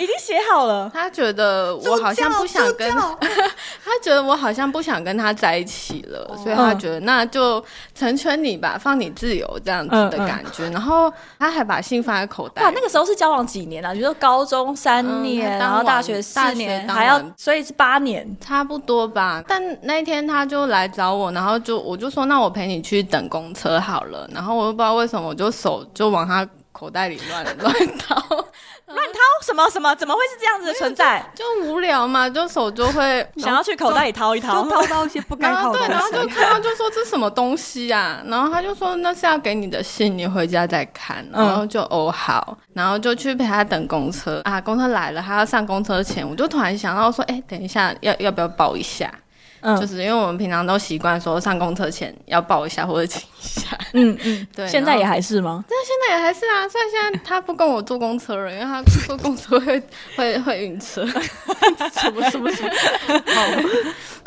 Speaker 1: 已经写好了。
Speaker 3: 他觉得我好像不想跟， 他觉得我好像不想跟他在一起了，
Speaker 1: 哦
Speaker 3: 所以他觉得那就成全你吧，放你自由这样子的感觉。然后他还把信放在口
Speaker 1: 嗯
Speaker 3: 袋
Speaker 1: 哇，
Speaker 3: 里。
Speaker 1: 那个时候是交往几年啊？比如说高中三
Speaker 3: 嗯
Speaker 1: 年，
Speaker 3: 他当
Speaker 1: 然后大
Speaker 3: 完
Speaker 1: 学哦四
Speaker 3: 大学
Speaker 1: 年，
Speaker 3: 当
Speaker 1: 还要
Speaker 3: 完
Speaker 1: 所以是八年。
Speaker 3: 差不多吧，但那一天他就来找我，然后就我就说那我陪你去等公车好了，然后我又不知道为什么我就手就往他口袋里乱乱掏，
Speaker 1: 乱掏什么什么？怎么会是这样子的存在？
Speaker 3: 就无聊嘛，就手就会
Speaker 1: 想要去口袋里掏一掏
Speaker 2: 就，套到一些不该
Speaker 3: 然
Speaker 2: 套
Speaker 3: 后
Speaker 2: 的
Speaker 3: 对，然后就
Speaker 2: 东西。
Speaker 3: 看到就说这什么东西啊，然后他就说那是要给你的信，你回家再看。
Speaker 1: 嗯
Speaker 3: 然后就哦好，然后就去陪他等公车啊，公车来了，他要上公车前，我就突然想到说，哎，等一下要要不要抱一下？
Speaker 1: 嗯
Speaker 3: 就是因为我们平常都习惯说上公车前要抱一下或者亲一下，
Speaker 1: 嗯嗯，
Speaker 3: 对
Speaker 1: 现在也
Speaker 3: 然后
Speaker 1: 还是吗？
Speaker 3: 但现在也还是啊，虽然现在他不跟我坐公车了，因为他坐公车会会会晕车， 什么什么什么，好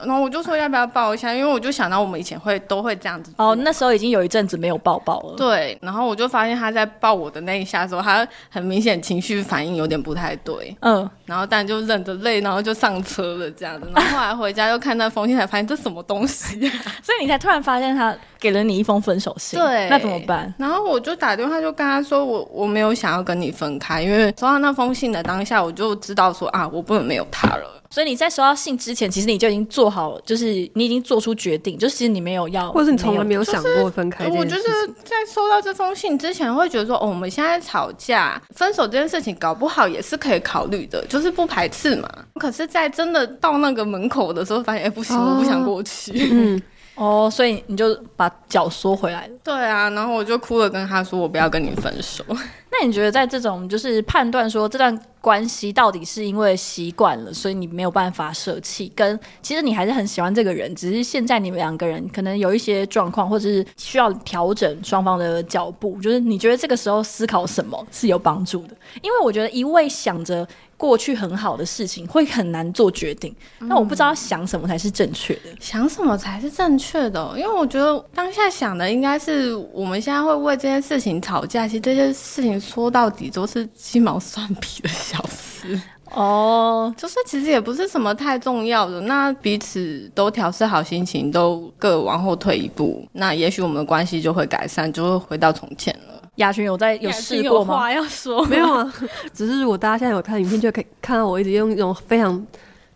Speaker 3: 然后我就说要不要抱一下，因为我就想到我们以前会都会这样子做
Speaker 1: 哦，那时候已经有一阵子没有抱抱了。
Speaker 3: 对，然后我就发现他在抱我的那一下的时候，他很明显情绪反应有点不太对，
Speaker 1: 嗯，
Speaker 3: 然后但就忍着泪，然后就上车了这样子。然后后来回家又看那封信，才发现这什么东西、啊
Speaker 1: 所以你才突然发现他给了你一封分手信，
Speaker 3: 对，
Speaker 1: 那怎么办？？
Speaker 3: 然后我就打电话就跟他说我，我没有想要跟你分开，因为收到那封信的当下，我就知道说啊，我不能没有他了。
Speaker 1: 所以你在收到信之前，其实你就已经做好，就是你已经做出决定，就是其实你没有要，
Speaker 2: 或是你从来没
Speaker 1: 有。
Speaker 2: 有想过分开这
Speaker 3: 我
Speaker 2: 件
Speaker 3: 就
Speaker 2: 事
Speaker 3: 是
Speaker 2: 情，
Speaker 3: 在收到这封信之前，会觉得说，哦，我们现在吵架、分手这件事情，搞不好也是可以考虑的，就是不排斥嘛。可是，在真的到那个门口的时候，发现哎、不行，
Speaker 2: 哦
Speaker 3: 我不想过去。
Speaker 2: 嗯，
Speaker 1: 哦，所以你就把脚缩回来了。
Speaker 3: 对啊，然后我就哭了，跟他说，我不要跟你分手。
Speaker 1: 那你觉得在这种就是判断说这段关系到底是因为习惯了，所以你没有办法舍弃，跟其实你还是很喜欢这个人，只是现在你们两个人可能有一些状况，或者是需要调整双方的脚步。就是你觉得这个时候思考什么是有帮助的？因为我觉得一味想着过去很好的事情，会很难做决定。那我不知道想什么才是正确的。
Speaker 3: 想什么才是正确的哦、因为我觉得当下想的应该是我们现在会为这件事情吵架，其实这件事情说到底都是鸡毛蒜皮的小事，
Speaker 1: 哦，
Speaker 3: 就是其实也不是什么太重要的。那彼此都调试好心情，都各往后退一步，那也许我们的关系就会改善，就会回到从前了。
Speaker 1: 雅群有在有试过吗？
Speaker 3: 要说
Speaker 2: 没有啊， 只是如果大家现在有看影片，就可以看到我一直用一种非常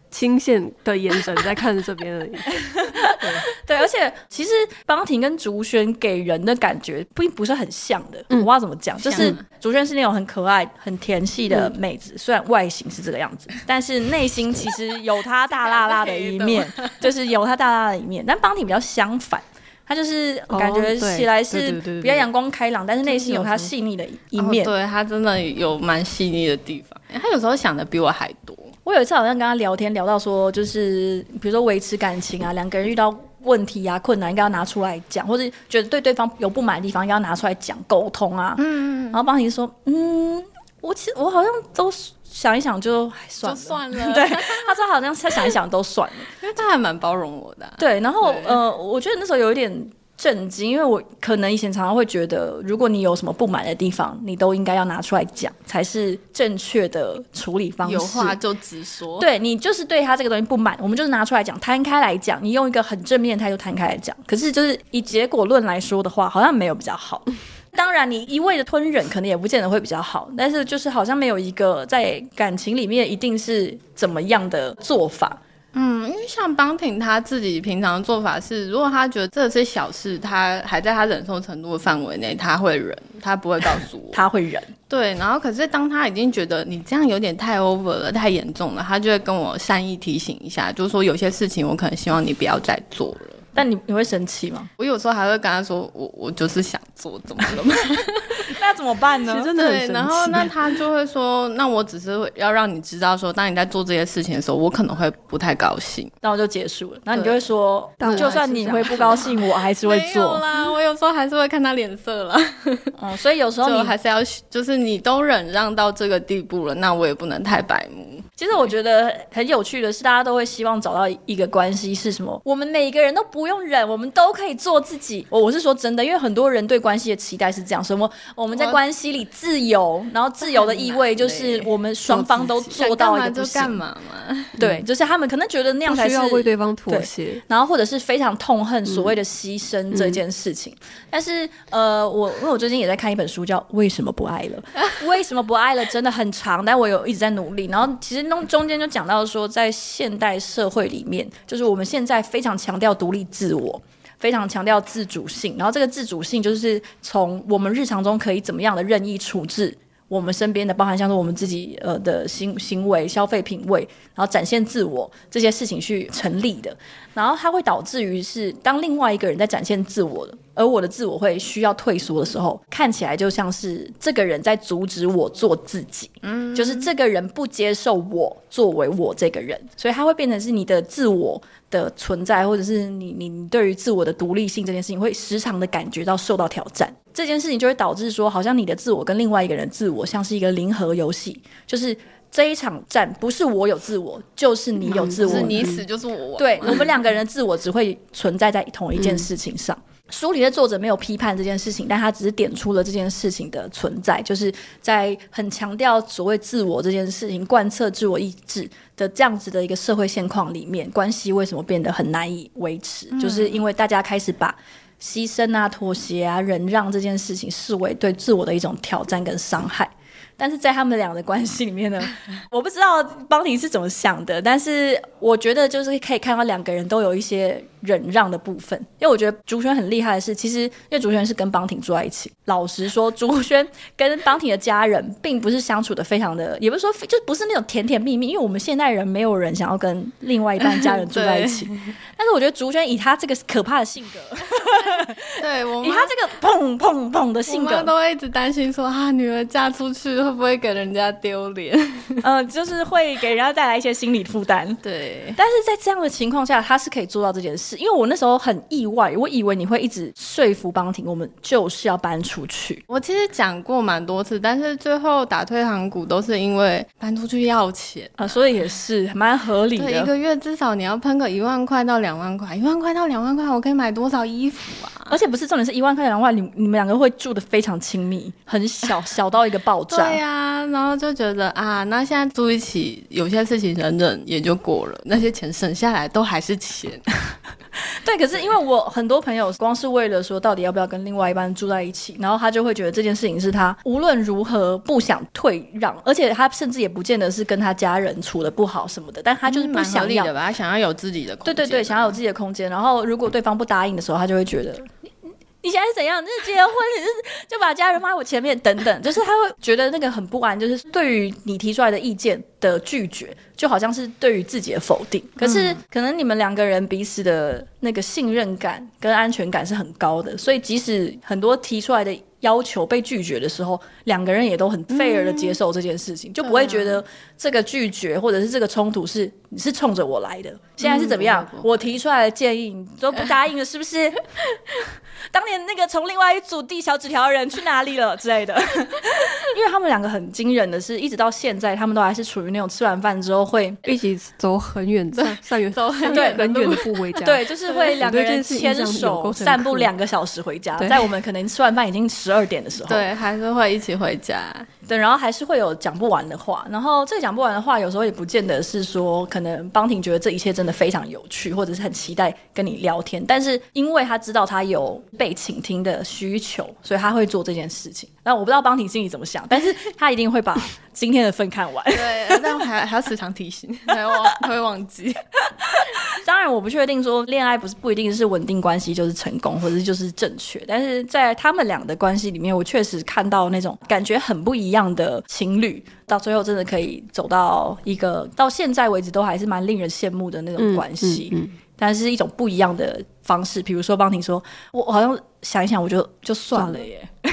Speaker 2: 清线的眼神在看着这边而已。
Speaker 1: 对，而且其实邦婷跟竹轩给人的感觉并不是很像的，
Speaker 3: 嗯
Speaker 1: 我不知道怎么讲，就是竹轩是那种很可爱、很甜系的
Speaker 3: 嗯
Speaker 1: 妹子，虽然外形是这个样子，但是内心其实有她大辣辣的一面，就是有她大辣辣的一面。但邦婷比较相反，她就是
Speaker 2: 哦
Speaker 1: 感觉
Speaker 2: 对
Speaker 1: 起来
Speaker 3: 对
Speaker 1: 是
Speaker 3: 对对对
Speaker 1: 比较阳光开朗，但是内心有她细腻的 一面。
Speaker 3: 对哦他真的有蛮细腻的地方，他有时候想的比我还多。
Speaker 1: 我有一次好像跟他聊天，聊到说，就是比如说维持感情啊，两个人遇到问题啊、困难，应该要拿出来讲，或者觉得对对方有不满的地方，应该要拿出来讲沟通啊。嗯然后邦婷说：“嗯，我其实我好像都想一想就唉算了。
Speaker 3: 了，
Speaker 1: 对，他说好像他想一想都算 了。
Speaker 3: 因为他还蛮包容我的啊、
Speaker 1: 对，然后
Speaker 3: 对
Speaker 1: 呃，我觉得那时候有一点震惊，因为我可能以前常常会觉得，如果你有什么不满的地方，你都应该要拿出来讲，才是正确的处理方式。
Speaker 3: 有话就直说。
Speaker 1: 对你就是对他这个东西不满，我们就是拿出来讲，摊开来讲，你用一个很正面的态度摊开来讲。可是就是以结果论来说的话，好像没有比较好。 当然，你一味的吞忍，可能也不见得会比较好。但是就是好像没有一个在感情里面一定是怎么样的做法。
Speaker 3: 嗯，因为像邦挺他自己平常的做法是，如果他觉得这是小事，他还在他忍受程度的范围内，他会忍，他不会告诉 我。
Speaker 1: 他会忍，
Speaker 3: 对，然后可是当他已经觉得你这样有点太 over 了，太严重了，他就会跟我善意提醒一下，就是说有些事情我可能希望你不要再做了。
Speaker 1: 但你你会生气吗？
Speaker 3: 我有时候还会跟他说，我我就是想做，怎么 了吗？
Speaker 1: 那怎么办
Speaker 2: 其
Speaker 1: 呢
Speaker 2: 实？真的很
Speaker 3: 对，
Speaker 2: 神
Speaker 3: 然后
Speaker 2: 奇
Speaker 3: 那他就会说，那我只是要让你知道说，当你在做这些事情的时候，我可能会不太高兴。
Speaker 1: 然后就结束了。然后你就会说
Speaker 2: 但我，
Speaker 1: 就
Speaker 2: 还是
Speaker 1: 算你会不高兴，我还是 会
Speaker 3: 没有
Speaker 1: 做。
Speaker 3: 啦，我有时候还是会看他脸色啦，
Speaker 1: 嗯，所以有时候
Speaker 3: 所以我
Speaker 1: 你
Speaker 3: 还是要，就是你都忍让到这个地步了，那我也不能太白目。
Speaker 1: 其实我觉得很有趣的是，大家都会希望找到一个关系是什么？我们每一个人都不用忍，我们都可以做自己。哦我我是说真的，因为很多人对关系的期待是这样，什么我们在
Speaker 3: 我
Speaker 1: 关系里自由，然后自由的意味就是我们双方都 做到一个
Speaker 3: 想干嘛
Speaker 1: 不
Speaker 3: 就干
Speaker 1: 行。
Speaker 3: 嘛嘛。
Speaker 1: 对，就是他们可能觉得那样
Speaker 2: 不
Speaker 1: 才是
Speaker 2: 需要为对方妥
Speaker 1: 对
Speaker 2: 协。
Speaker 1: 然后或者是非常痛恨所谓的牺牲这件事情。但是呃，我因为我最近也在看一本书，叫《为什么不爱了》，为什么不爱了真的很长，但我有一直在努力。然后其实弄中间就讲到说，在现代社会里面，就是我们现在非常强调独立自我。非常强调自主性，然后这个自主性就是从我们日常中可以怎么样的任意处置我们身边的，包含像是我们自己呃的行行为、消费品味，然后展现自我这些事情去成立的。然后它会导致于是，当另外一个人在展现自我的，而我的自我会需要退缩的时候，看起来就像是这个人在阻止我做自己，嗯，就是这个人不接受我作为我这个人，所以它会变成是你的自我的存在，或者是你你你对于自我的独立性这件事情，会时常的感觉到受到挑战。这件事情就会导致说，好像你的自我跟另外一个人的自我像是一个零和游戏，就是这一场战不是我有自我，就是你有自
Speaker 3: 就
Speaker 1: 我，
Speaker 3: 嗯是你死就是我亡。
Speaker 1: 对，我们两个人的自我只会存在在同一件事情上。书里的作者没有批判这件事情，但他只是点出了这件事情的存在，就是在很强调所谓自我这件事情、贯彻自我意志的这样子的一个社会现况里面，关系为什么变得很难以维持，就是因为大家开始把。牺牲啊、妥协啊、忍让这件事情，视为对自我的一种挑战跟伤害。但是在他们俩的关系里面 呢，我不知道邦尼是怎么想的，但是我觉得就是可以看到两个人都有一些忍让的部分，因为我觉得竹轩很厉害的是，其实因为竹轩是跟邦婷住在一起，老实说，竹轩跟邦婷的家人并不是相处的非常的，也不是说就不是那种甜甜蜜蜜，因为我们现代人没有人想要跟另外一半家人住在一 起，但是我觉得竹轩以他这个可怕的性格，
Speaker 3: 对，我
Speaker 1: 以
Speaker 3: 妈
Speaker 1: 他这个砰砰砰的
Speaker 3: 我
Speaker 1: 性
Speaker 3: 妈
Speaker 1: 格，
Speaker 3: 都会一直担心说啊，女儿嫁出去会不会给人家丢脸？
Speaker 1: 呃，就是会给人家带来一些心理负担。
Speaker 3: 对，
Speaker 1: 但是在这样的情况下，他是可以做到这件事，因为我那时候很意外，我以为你会一直说服邦婷，我们就是要搬出去。
Speaker 3: 我其实讲过蛮多次，但是最后打退堂鼓都是因为搬出去要钱。
Speaker 1: 啊，所以也是蛮合理
Speaker 3: 对，一
Speaker 1: 的，
Speaker 3: 个月至少你要喷个一万块到两万块，一万块到两万块，我可以买多少衣服啊？
Speaker 1: 而且不是重点是一万块两万，你你们两个会住的非常亲密，很小 小到一个爆炸。
Speaker 3: 对呀、啊然后就觉得啊，那现在住一起，有些事情忍忍也就过了，那些钱省下来都还是钱。
Speaker 1: 对，可是因为我很多朋友光是为了说到底要不要跟另外一半住在一起，然后他就会觉得这件事情是他无论如何不想退让，而且他甚至也不见得是跟他家人处的不好什么的，但他就是不
Speaker 3: 嗯蛮合
Speaker 1: 想
Speaker 3: 理
Speaker 1: 要
Speaker 3: 的吧，想要有自己的空
Speaker 1: 对
Speaker 3: 间。
Speaker 1: 对对，想要有自己的空间。然后如果对方不答应的时候，他就会觉得你你你现在是怎样？你是结婚，你是就把家人放在我前面等等，就是他会觉得那个很不安，就是对于你提出来的意见的拒绝，就好像是对于自己的否定。可
Speaker 3: 嗯
Speaker 1: 是可能你们两个人彼此的那个信任感跟安全感是很高的，所以即使很多提出来的。要求被拒绝的时候，两个人也都很 fair 的接受这件事情，就不会觉
Speaker 3: 嗯
Speaker 1: 得这个拒绝或者是这个冲突是你是冲着我来的，现在是怎么样？
Speaker 3: 不会不会
Speaker 1: 我提出来的建议你都不答应了，是不是？当年那个从另外一组递小纸条的人去哪里了之类的？因为他们两个很惊人的是，一直到现在他们都还是处于那种吃完饭之后会。
Speaker 2: 一起走很远，上上远
Speaker 3: 走很
Speaker 1: 远的
Speaker 2: 很
Speaker 3: 路
Speaker 2: 远的步回家。
Speaker 1: 对，就是会两个
Speaker 2: 我对
Speaker 1: 人
Speaker 2: 这件事印象
Speaker 1: 牵
Speaker 2: 有
Speaker 1: 手
Speaker 2: 够深刻
Speaker 1: 散步两个小时回家，
Speaker 2: 对
Speaker 1: 在我们可能吃完饭已经十二点的时候，
Speaker 3: 对，还是会一起回家。
Speaker 1: 对，然后还是会有讲不完的话，然后这个讲不完的话，有时候也不见得是说，可能邦婷觉得这一切真的非常有趣，或者是很期待跟你聊天，但是因为他知道他有被倾听的需求，所以他会做这件事情。那我不知道邦婷心里怎么想，但是他一定会把今天的份看完。
Speaker 3: 对，但我还还要时常 提醒，还忘会忘记。
Speaker 1: 当然，我不确定说恋爱不是不一定是稳定关系就是成功，或者是就是正确，但是在他们俩的关系里面，我确实看到那种感觉很不一样的情侣，到最后真
Speaker 2: 嗯
Speaker 1: 嗯的可以走到一个到现在为止都还是蛮令人羡慕的那种关系。但是一种不一样的方式。比如说邦婷说，我我好像想一想，我就就算了耶，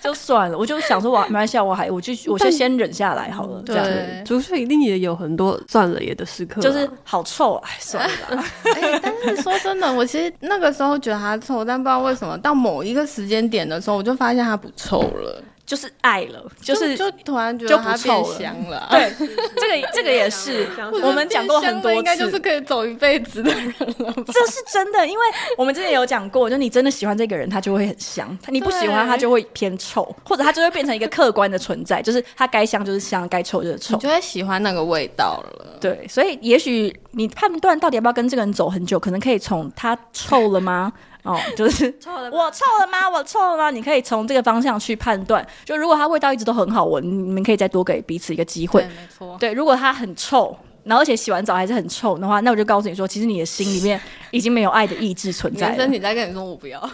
Speaker 1: 就算了，我就想说我马来西亚我还啊我就我就先忍下来好了，这样
Speaker 3: 对
Speaker 2: 竹雀一定也有很多算了也的时刻啊、
Speaker 1: 就是好臭啊，哎算了 啦，
Speaker 3: 哎， 但是说真的，我其实那个时候觉得它臭，但不知道为什么到某一个时间点的时候，我就发现它不臭了，
Speaker 1: 就是爱了，就是
Speaker 3: 就突然觉
Speaker 1: 就
Speaker 3: 得
Speaker 1: 不
Speaker 3: 它
Speaker 1: 臭
Speaker 3: 变
Speaker 1: 了
Speaker 3: 香了啊。
Speaker 1: 对， 这个这个也是
Speaker 3: 我觉得
Speaker 1: 我们讲过
Speaker 3: 变
Speaker 1: 很
Speaker 3: 香
Speaker 1: 多
Speaker 3: 的
Speaker 1: 次，
Speaker 3: 应该就是可以走一辈子的人了吧？
Speaker 1: 这是真的，因为我们之前有讲过，就你真的喜欢这个人，他就会很香；你不喜欢，
Speaker 3: 对
Speaker 1: 他就会偏臭， 或者他就会变成一个客观的存在，就是他该香就是香，该臭就是
Speaker 3: 你
Speaker 1: 臭。
Speaker 3: 就会喜欢那个味道 了。
Speaker 1: 对，所以也许你判断到底要不要跟这个人走很久，可能可以从他臭了吗？ 哦，就是
Speaker 2: 臭了
Speaker 1: 我臭了吗？我臭了吗？你可以从这个方向去判断。就如果他味道一直都很好闻，你们可以再多给彼此一个机会
Speaker 3: 对，。没错。
Speaker 1: 对，如果它很臭，然后而且洗完澡还是很臭的话，那我就告诉你说，其实你的心里面已经没有爱的意志存在
Speaker 3: 原
Speaker 1: 了
Speaker 3: 生。你在跟你说我不要，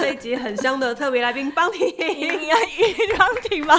Speaker 2: 这一集很香的特别来宾邦婷，
Speaker 1: 你要一张挺吗？